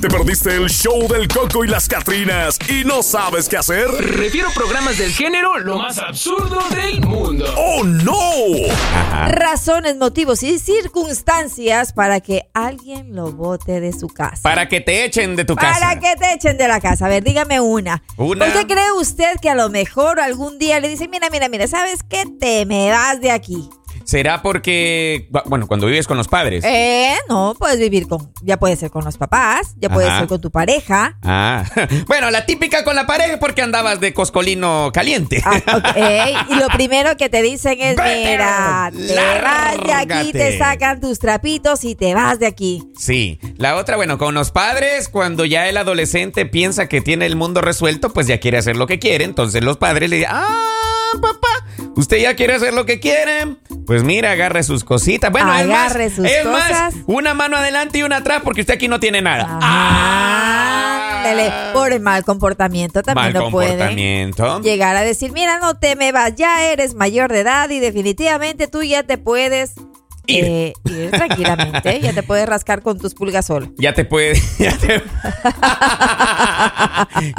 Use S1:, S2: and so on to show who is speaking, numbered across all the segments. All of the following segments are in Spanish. S1: ¿Te perdiste el show del Coco y las Catrinas y no sabes qué hacer?
S2: Refiero programas del género lo más absurdo del mundo.
S1: ¡Oh, no!
S3: Ah.
S4: Razones, motivos y circunstancias para que alguien lo bote de su casa.
S3: Para que te echen de tu
S4: Para
S3: casa.
S4: que te echen de la casa. A ver, dígame una.
S3: Una.
S4: ¿Por qué cree usted que a lo mejor algún día le dicen, mira, mira, mira, ¿sabes qué? Te me vas de aquí.
S3: ¿Será porque, bu- bueno, cuando vives con los padres?
S4: Eh, no, puedes vivir con, ya puede ser con los papás, ya puede
S3: Ajá.
S4: ser con tu pareja.
S3: Ah, bueno, la típica con la pareja porque andabas de coscolino caliente.
S4: Ah, ok. Y lo primero que te dicen es,
S3: Vete,
S4: mira, te vas de aquí,
S3: lárgate.
S4: te sacan tus trapitos y te vas de aquí.
S3: Sí, la otra, bueno, con los padres, cuando ya el adolescente piensa que tiene el mundo resuelto, pues ya quiere hacer lo que quiere, entonces los padres le dicen, ah, papá, usted ya quiere hacer lo que quiere, pues mira, agarre sus cositas, bueno, es más-
S4: Agarre sus
S3: es más,
S4: cosas.
S3: una mano adelante y una atrás, porque usted aquí no tiene nada. Ah.
S4: Ándale, por el mal comportamiento también
S3: Mal
S4: no ¿eh? pueden
S3: comportamiento.
S4: llegar a decir, mira, no te me vas, ya eres mayor de edad y definitivamente tú ya te puedes
S3: Ir.
S4: eh, ir tranquilamente, ya te puedes rascar con tus pulgas solo.
S3: Ya te puedes. Ya te,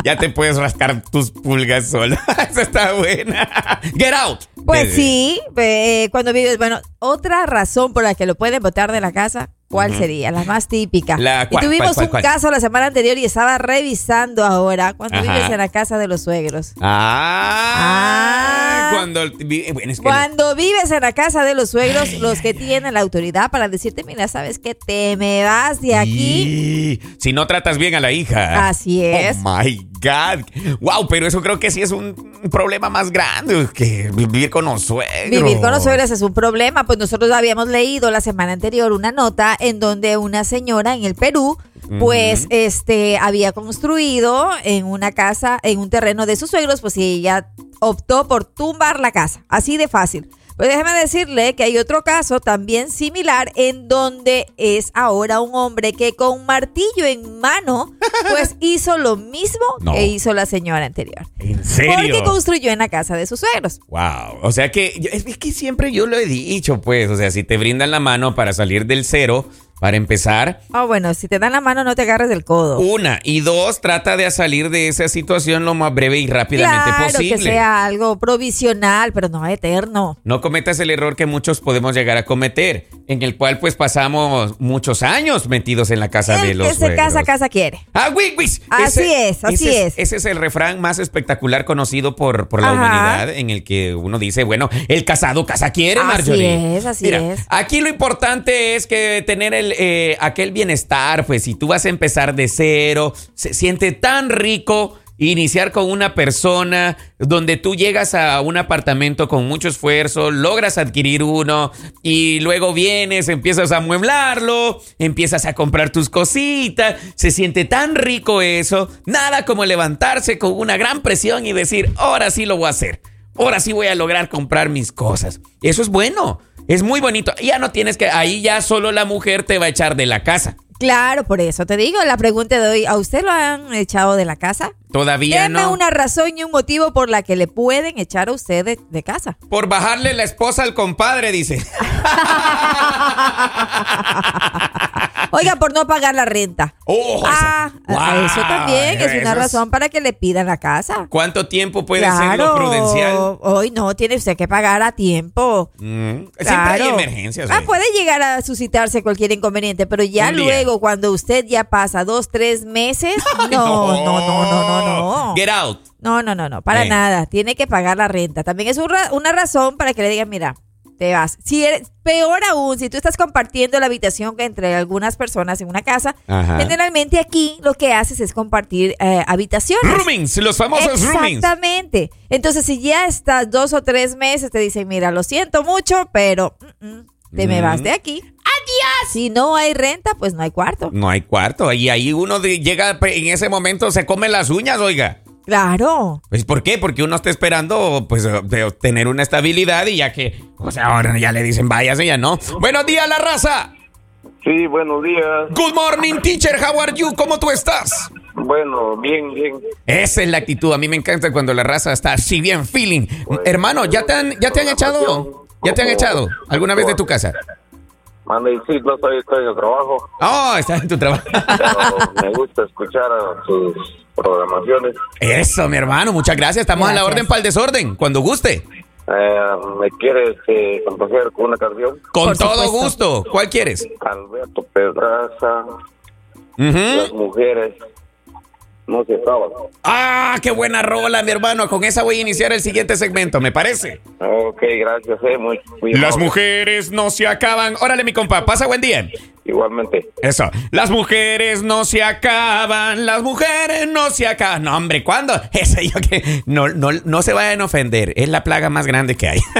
S3: ya te puedes rascar tus pulgas sola. Esa está buena. Get out.
S4: Pues sí, eh, cuando vives, bueno, otra razón por la que lo pueden botar de la casa, ¿cuál sería? La más típica.
S3: La-
S4: y
S3: ¿cuál,
S4: tuvimos
S3: cuál, cuál,
S4: un
S3: cuál?
S4: caso la semana anterior y estaba revisando ahora cuando
S3: Ajá.
S4: vives en la casa de los suegros.
S3: Ah.
S4: Ah.
S3: Cuando. vi- Bueno, es que.
S4: Cuando vives en la casa de los suegros, los que tienen la autoridad para decirte, mira, sabes que te me vas de aquí.
S3: Y- Si no tratas bien a la hija.
S4: Así es.
S3: Oh my God. Wow, pero eso creo que sí es un problema más grande que vivir con los suegros.
S4: Vivir con los suegros es un problema, pues nosotros habíamos leído la semana anterior una nota en donde una señora en el Perú, pues, este, había construido en una casa, en un terreno de sus suegros, pues, y ella optó por tumbar la casa, así de fácil. Pues déjeme decirle que hay otro caso también similar en donde es ahora un hombre que con martillo en mano, pues hizo lo mismo
S3: No.
S4: que hizo la señora anterior.
S3: ¿En
S4: Porque
S3: serio?
S4: construyó en la casa de sus suegros.
S3: Wow, o sea que yo- es es que siempre yo lo he dicho, pues, o sea, si te brindan la mano para salir del cero, para empezar,
S4: Ah, bueno, si te dan la mano no te agarres del codo.
S3: una y dos, trata de salir de esa situación lo más breve y rápidamente
S4: claro,
S3: posible.
S4: que sea algo provisional, pero no eterno.
S3: No cometas el error que muchos podemos llegar a cometer, en el cual pues pasamos muchos años metidos en la casa de
S4: El
S3: los
S4: que se casa,
S3: suegros.
S4: casa quiere.
S3: ¡Ah, wigwis!
S4: Así es, así
S3: ese
S4: es.
S3: Ese es el refrán más espectacular conocido por, por la
S4: Ajá.
S3: humanidad, en el que uno dice, bueno, el casado casa quiere,
S4: Así
S3: Marjorie.
S4: es, así
S3: Mira,
S4: es.
S3: Aquí lo importante es que tener el, eh, aquel bienestar, pues si tú vas a empezar de cero, se siente tan rico. Iniciar con una persona donde tú llegas a un apartamento con mucho esfuerzo, logras adquirir uno y luego vienes, empiezas a amueblarlo, empiezas a comprar tus cositas, se siente tan rico eso, nada como levantarse con una gran presión y decir, ahora sí lo voy a hacer, ahora sí voy a lograr comprar mis cosas. Eso es bueno. Es muy bonito. Ya no tienes que. Ahí ya solo la mujer te va a echar de la casa.
S4: Claro, por eso te digo, la pregunta de hoy, ¿a usted lo han echado de la casa?
S3: Todavía
S4: Deme
S3: no.
S4: una razón y un motivo por la que le pueden echar a usted de, de casa.
S3: Por bajarle la esposa al compadre, dice.
S4: Oiga, por no pagar la renta.
S3: Oh, Ah. esa-
S4: ah,
S3: Guau,
S4: eso también es
S3: eso
S4: una razón para que le pidan la casa.
S3: ¿Cuánto tiempo puede ser lo
S4: Claro,
S3: prudencial?
S4: Hoy no, tiene usted que pagar a tiempo.
S3: Mm, Siempre hay
S4: Claro.
S3: emergencias.
S4: Ah,
S3: oye.
S4: puede llegar a suscitarse cualquier inconveniente, pero ya
S3: Un día.
S4: luego, cuando usted ya pasa dos, tres meses, no, no, no, no, no, no.
S3: Get out.
S4: No, no, no, no, para
S3: Eh.
S4: nada. Tiene que pagar la renta. También es un ra- una razón para que le digan, mira, te vas. Si eres, peor aún, si tú estás compartiendo la habitación que entre algunas personas en una casa,
S3: Ajá.
S4: generalmente aquí lo que haces es compartir eh, habitaciones.
S3: Roomings, los famosos roomings.
S4: Exactamente. Entonces, si ya estás dos o tres meses, te dicen, mira, lo siento mucho, pero mm, mm, te me
S3: Mm.
S4: vas de aquí. ¡Adiós! Si no hay renta, pues no hay cuarto.
S3: No hay cuarto. Y ahí uno de- llega pre- en ese momento, se come las uñas, oiga.
S4: Claro.
S3: Pues ¿por qué? Porque uno está esperando pues de obtener una estabilidad y ya que, o sea, ahora ya le dicen váyase, ya no. Buenos días, la raza.
S5: Sí, buenos días.
S3: Good morning, teacher. How are you? ¿Cómo tú estás?
S5: Bueno, bien, bien.
S3: Esa es la actitud. A mí me encanta cuando la raza está así bien feeling. Hermano, ¿ya te han, ya te han echado? ¿Ya te han echado alguna vez de tu casa?
S5: Manda y sí, no soy, estoy en el trabajo,
S3: Oh, estás en tu trabajo.
S5: pero me gusta escuchar a sus programaciones.
S3: Eso, mi hermano, muchas gracias. Estamos a la
S4: Gracias.
S3: orden para el desorden, cuando guste.
S5: Eh, ¿Me quieres eh, complacer con una canción?
S3: Con
S4: Por
S3: todo
S4: supuesto.
S3: gusto. ¿Cuál quieres?
S5: Alberto Pedraza,
S3: Ujú.
S5: las mujeres no se acaban.
S3: Ah, qué buena rola, mi hermano. Con esa voy a iniciar el siguiente segmento, ¿me parece?
S5: Ok, gracias, eh, muy, muy
S3: Las
S5: amable.
S3: mujeres no se acaban. Órale, mi compa, pasa buen día.
S5: Igualmente.
S3: Eso. Las mujeres no se acaban, las mujeres no se acaban. No, hombre, ¿cuándo? Eso yo que no, no, no se vayan a ofender. Es la plaga más grande que hay.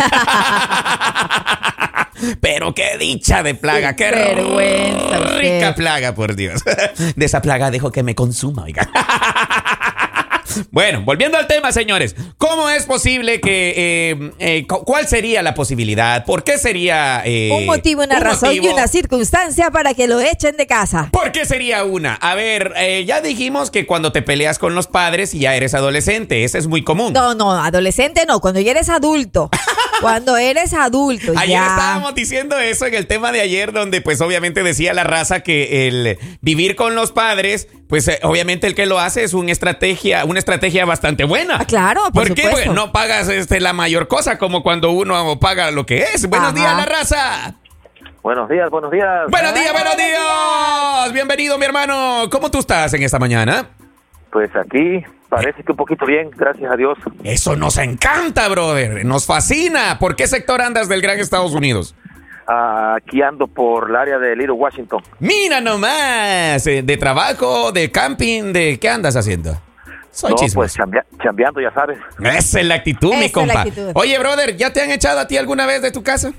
S3: Pero qué dicha de plaga, qué
S4: vergüenza, usted.
S3: rica plaga, por Dios. De esa plaga dejo que me consuma, oiga. Bueno, volviendo al tema, señores, ¿cómo es posible que, eh, eh, cu- cuál sería la posibilidad? ¿Por qué sería eh,
S4: un motivo, una
S3: un
S4: razón y
S3: motivo?
S4: una circunstancia para que lo echen de casa.
S3: ¿Por qué sería una? A ver, eh, ya dijimos que cuando te peleas con los padres y ya eres adolescente, ese es muy común.
S4: No, no, adolescente no, cuando ya eres adulto. cuando eres adulto,
S3: Ayer
S4: ya.
S3: estábamos diciendo eso en el tema de ayer, donde pues obviamente decía la raza que el vivir con los padres, pues eh, obviamente el que lo hace es una estrategia, una estrategia bastante buena.
S4: Ah, claro, por
S3: Porque
S4: supuesto.
S3: no pagas este, la mayor cosa como cuando uno paga lo que es. Buenos
S4: Ajá.
S3: días, la raza.
S5: Buenos días, buenos días.
S3: Buenos días, buenos días. Bienvenido, mi hermano. ¿Cómo tú estás en esta mañana?
S5: Pues aquí parece que un poquito bien, gracias a Dios.
S3: Eso nos encanta, brother. Nos fascina. ¿Por qué sector andas del gran Estados Unidos?
S5: Ah, aquí ando por el área de Little Washington.
S3: Mira nomás. eh, De trabajo, de camping, de qué andas haciendo. Soy
S5: no,
S3: chismoso.
S5: pues chambea- chambeando, ya sabes.
S3: Esa es la actitud,
S4: Esa
S3: mi
S4: es la
S3: compa.
S4: actitud.
S3: Oye, brother, ¿ya te han echado a ti alguna vez de tu casa?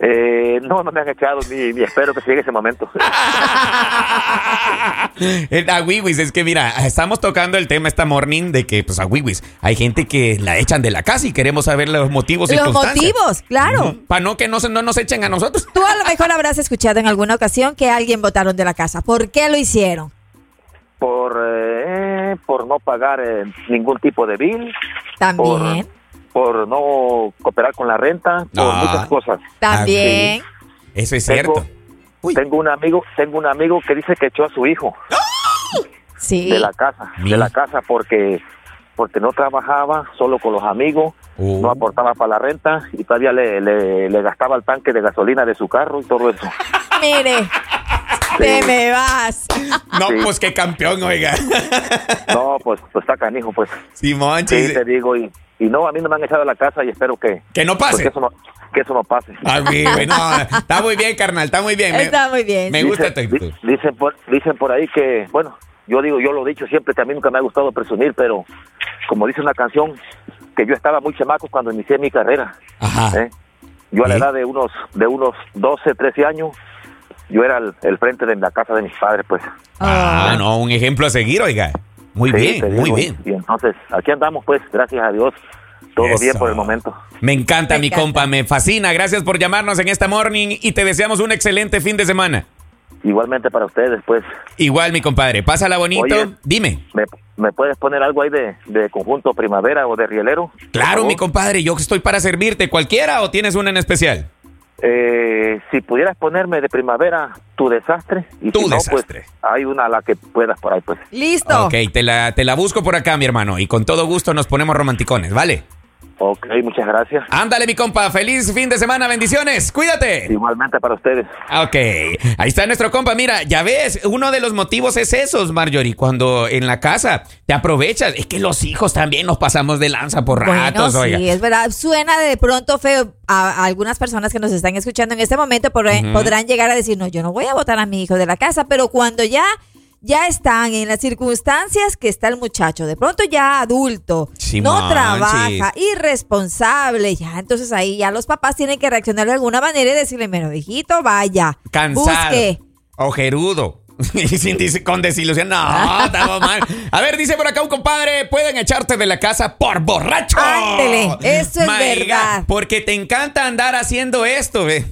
S5: Eh, no, no me han echado ni, ni espero que llegue ese momento.
S3: El- a Wiwis, es que mira, estamos tocando el tema esta morning de que, pues a Wiwis, hay gente que la echan de la casa y queremos saber los motivos y
S4: Los
S3: constancias.
S4: motivos, claro.
S3: Para no que no, se- no nos echen a nosotros.
S4: Tú a lo mejor habrás escuchado en alguna ocasión que alguien votaron de la casa. ¿Por qué lo hicieron?
S5: por eh, por no pagar eh, ningún tipo de bill, por,
S4: También,
S5: por no cooperar con la renta, por
S3: Ah.
S5: muchas cosas.
S4: también.
S3: Eso es
S5: Tengo-
S3: cierto. Uy.
S5: Tengo un amigo, tengo un amigo que dice que echó a su hijo
S4: Sí.
S5: de la casa,
S3: Mira.
S5: de la casa porque porque no trabajaba, solo con los amigos,
S3: Oh.
S5: no aportaba para la renta y todavía le, le, le gastaba el tanque de gasolina de su carro y todo eso.
S4: Mire, te me vas.
S3: No,
S5: Sí.
S3: pues qué campeón, oiga.
S5: No, pues, pues está canijo, pues.
S3: Simón,
S5: Sí,
S3: chis-
S5: te digo, y, y no, a mí no me han echado de la casa y espero que,
S3: que no
S5: pues, que,
S3: pase.
S5: eso, no, que eso no pase.
S3: Ah, güey, güey, no, está muy bien, carnal, está muy bien. Me-
S4: Está muy bien.
S3: me
S4: sí.
S3: gusta
S5: Dice-
S3: tu actitud.
S5: di- Dicen por, dicen por ahí que, bueno, yo digo, yo lo he dicho siempre, que a mí nunca me ha gustado presumir, pero como dice una canción, que yo estaba muy chamaco cuando inicié mi carrera.
S3: Ajá.
S5: ¿eh? Yo a la
S3: Sí.
S5: edad de unos, de unos 12, 13 años, yo era el, el frente de la casa de mis padres, pues.
S3: Ah, no, un ejemplo a seguir, oiga. Muy
S5: Sí, te
S3: bien, muy
S5: digo.
S3: bien.
S5: Y entonces, aquí andamos, pues, gracias a Dios, todo bien
S3: Eso.
S5: por el momento.
S3: Me encanta,
S4: Me
S3: mi
S4: encanta.
S3: compa, me fascina. Gracias por llamarnos en esta morning y te deseamos un excelente fin de semana.
S5: Igualmente para ustedes, pues,
S3: Igual, mi compadre, pásala bonito.
S5: Oye.
S3: Dime.
S5: ¿me, me puedes poner algo ahí de, de conjunto primavera o de rielero? por
S3: Claro,
S5: favor?
S3: mi compadre, yo estoy para servirte. ¿Cualquiera o tienes una en especial?
S5: Eh, si pudieras ponerme de primavera tu desastre y
S3: Tu
S5: si no,
S3: desastre.
S5: pues hay una a la que puedas por ahí pues.
S4: Listo.
S3: Ok, te la, te la busco por acá, mi hermano. Y con todo gusto nos ponemos romanticones, ¿vale?
S5: Ok, muchas gracias.
S3: Ándale, mi compa. Feliz fin de semana. Bendiciones. Cuídate.
S5: Igualmente para ustedes.
S3: Ok. Ahí está nuestro compa. Mira, ya ves, uno de los motivos es esos, Marjorie. Cuando en la casa te aprovechas. Es que los hijos también nos pasamos de lanza por
S4: Bueno,
S3: ratos, oiga.
S4: sí, es verdad. Suena de pronto feo a, a algunas personas que nos están escuchando en este momento por- podrán llegar a decir, no, yo no voy a votar a mi hijo de la casa, pero cuando ya, ya están en las circunstancias que está el muchacho, de pronto ya adulto,
S3: Sí,
S4: no
S3: manches.
S4: trabaja, irresponsable, ya, entonces ahí ya los papás tienen que reaccionar de alguna manera y decirle, mero hijito, vaya,
S3: Cansado.
S4: busque.
S3: Ojerudo. Y sin dis- con desilusión. No, estamos mal. A ver, dice por acá un compadre, pueden echarte de la casa por borracho.
S4: Ándele, eso es
S3: My God,
S4: verdad.
S3: porque te encanta andar haciendo esto, ve.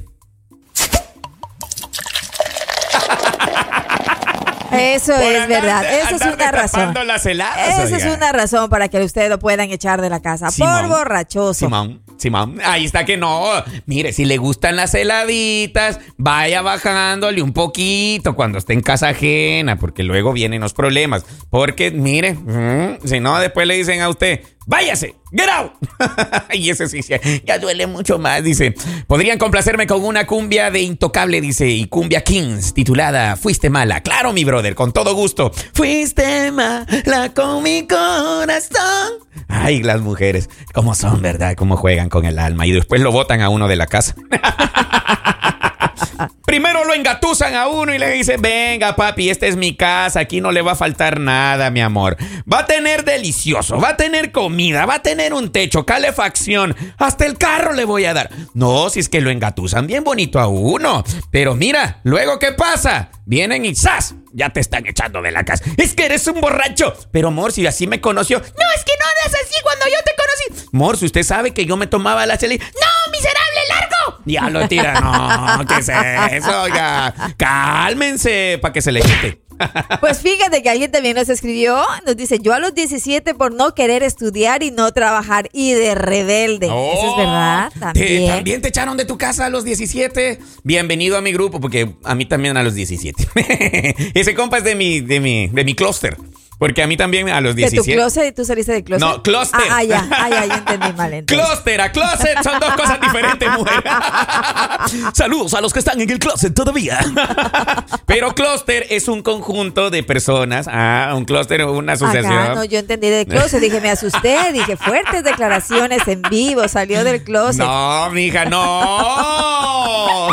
S4: Eso
S3: Por
S4: es
S3: andar-
S4: verdad, eso es
S3: andar
S4: una razón.
S3: destapando las heladas,
S4: Esa es
S3: oiga.
S4: una razón para que ustedes lo puedan echar de la casa
S3: Simón.
S4: por borrachoso.
S3: Simón. Simón, ahí está que no. Mire, si le gustan las heladitas, vaya bajándole un poquito cuando esté en casa ajena, porque luego vienen los problemas. Porque, mire, mm, si no, después le dicen a usted, váyase, get out. y ese sí, ya- ya duele mucho más, dice. Podrían complacerme con una cumbia de Intocable, dice, y cumbia Kings, titulada Fuiste mala. Claro, mi brother, con todo gusto. Fuiste mala con mi corazón. Ay, las mujeres, cómo son, ¿verdad? Cómo juegan con el alma. Y después lo botan a uno de la casa. Primero lo engatusan a uno y le dicen, venga papi, esta es mi casa, aquí no le va a faltar nada, mi amor. Va a tener delicioso, va a tener comida, va a tener un techo, calefacción, hasta el carro le voy a dar. No, si es que lo engatusan bien bonito a uno. Pero mira, luego qué pasa, vienen y ¡zas! Ya te están echando de la casa. Es que eres un borracho. Pero amor, si así me conoció. No, es que no eres así cuando yo te conocí. Amor, si usted sabe que yo me tomaba la chela. y- ¡No, miserable, largo! Ya lo tira. No, ¿qué es eso? Ya. Cálmense para que se le quite.
S4: Pues fíjate que alguien también nos escribió, nos dice, yo a los 17 por no querer estudiar y no trabajar y de rebelde. Eso es verdad,
S3: Te-
S4: también.
S3: Oh, también te echaron de tu casa a los 17. Bienvenido a mi grupo, porque a mí también a los 17. Ese compa es de mi, de mi, de mi clúster. Porque a mí también a los
S4: ¿De tu
S3: 17.
S4: closet? ¿Tú saliste de closet?
S3: No, clúster.
S4: Ah, ah, ya, ah, ya, ya entendí mal. entonces.
S3: Clúster a closet son dos cosas diferentes, mujer. Saludos a los que están en el closet todavía. Pero clúster es un conjunto de personas. Ah, un clúster, una asociación.
S4: Acá, no, yo entendí de closet, dije, me asusté, dije, fuertes declaraciones en vivo, salió del closet.
S3: No, mija, no.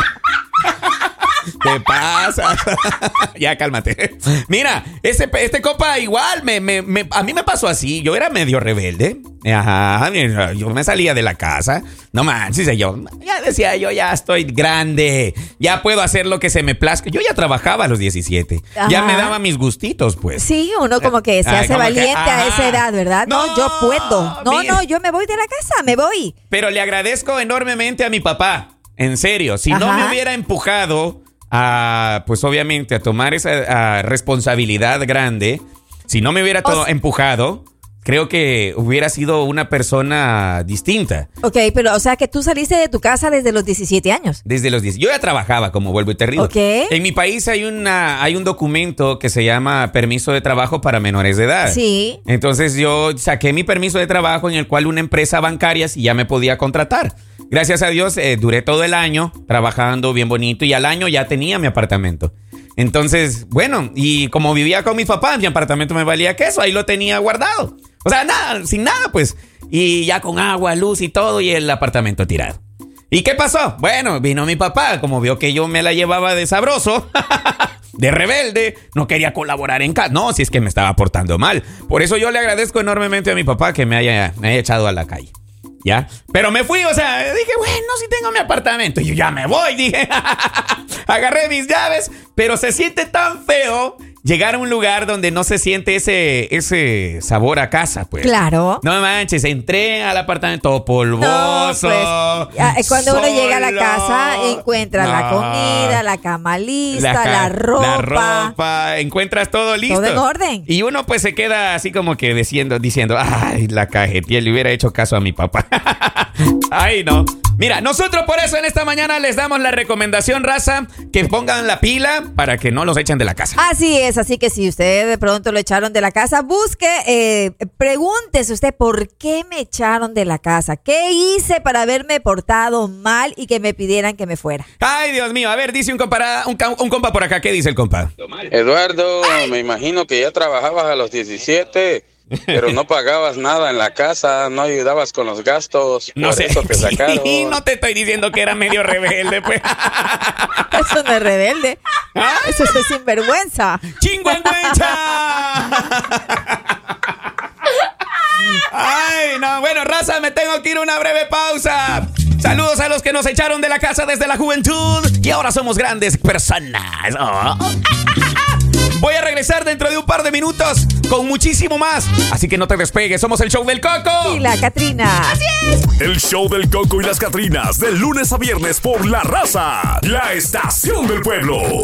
S3: Te pasa. ya cálmate. Mira, ese, este copa igual, me, me- me- a mí me pasó así. Yo era medio rebelde. Ajá, mira, yo me salía de la casa. No manches, yo ya decía, yo ya estoy grande. Ya puedo hacer lo que se me plazca. Yo ya trabajaba a los 17. Ya
S4: Ajá.
S3: me daba mis gustitos, pues.
S4: Sí, uno como que se
S3: Ay,
S4: hace
S3: como que,
S4: valiente a
S3: ajá.
S4: esa edad, ¿verdad? No,
S3: No,
S4: yo puedo. No,
S3: mira.
S4: no, yo me voy de la casa, me voy.
S3: Pero le agradezco enormemente a mi papá. En serio, si no
S4: Ajá.
S3: me hubiera empujado a, pues obviamente, a tomar esa a responsabilidad grande, si no me hubiera to-
S4: sea-
S3: empujado, creo que hubiera sido una persona distinta.
S4: Ok, pero o sea que tú saliste de tu casa desde los 17 años.
S3: Desde los 10. Yo ya trabajaba, como vuelvo y te río.
S4: Ok.
S3: En mi país hay, una, hay un documento que se llama Permiso de Trabajo para Menores de Edad.
S4: Sí.
S3: Entonces yo saqué mi permiso de trabajo en el cual una empresa bancaria sí ya me podía contratar. Gracias a Dios eh, duré todo el año trabajando bien bonito y al año ya tenía mi apartamento. Entonces, bueno, y como vivía con mis papás, mi apartamento me valía queso, ahí lo tenía guardado. O sea, nada, sin nada, pues. Y ya con agua, luz y todo, y el apartamento tirado. ¿Y qué pasó? Bueno, vino mi papá, como vio que yo me la llevaba de sabroso, de rebelde, no quería colaborar en casa. No, si es que me estaba portando mal. Por eso yo le agradezco enormemente a mi papá que me haya, me haya echado a la calle. ¿Ya? Pero me fui, o sea, dije, bueno, si tengo mi apartamento. Y yo ya me voy, dije. Agarré mis llaves, pero se siente tan feo llegar a un lugar donde no se siente ese, ese sabor a casa, pues.
S4: Claro.
S3: No manches, entré al apartamento todo polvoso.
S4: No, pues, ya, eh, cuando uno llega a la
S3: solo.
S4: casa, encuentra la
S3: No.
S4: comida, la cama lista, la,
S3: ca-
S4: ropa.
S3: La ropa, encuentras todo listo.
S4: en orden.
S3: Y uno pues se queda así como que diciendo, diciendo, ay, la cajetilla, le hubiera hecho caso a mi papá. ay, no. Mira, nosotros por eso en esta mañana les damos la recomendación, raza, que pongan la pila para que no los echen de la casa.
S4: Así es, así que si usted de pronto lo echaron de la casa, busque, eh, pregúntese usted por qué me echaron de la casa, qué hice para haberme portado mal y que me pidieran que me fuera.
S3: Ay, Dios mío. A ver, dice un, comparada, un, ca- un compa por acá. ¿Qué dice el compa?
S6: Eduardo, me imagino que ya trabajabas a los 17, pero no pagabas nada en la casa, no ayudabas con los gastos,
S3: No
S6: por
S3: sé.
S6: eso te sacaron.
S3: Sí, no te estoy diciendo que era medio rebelde, pues.
S4: Eso no es rebelde, eso es sinvergüenza.
S3: ¡Chingüengüencha! Ay, no, bueno, raza, me tengo que ir a una breve pausa. Saludos a los que nos echaron de la casa desde la juventud y ahora somos grandes personas. Oh. Voy a regresar dentro de un par de minutos con muchísimo más. Así que no te despegues, somos el show del coco.
S4: Y la Catrina.
S1: El show del Coco y las Catrinas, de lunes a viernes por La Raza, la estación del pueblo.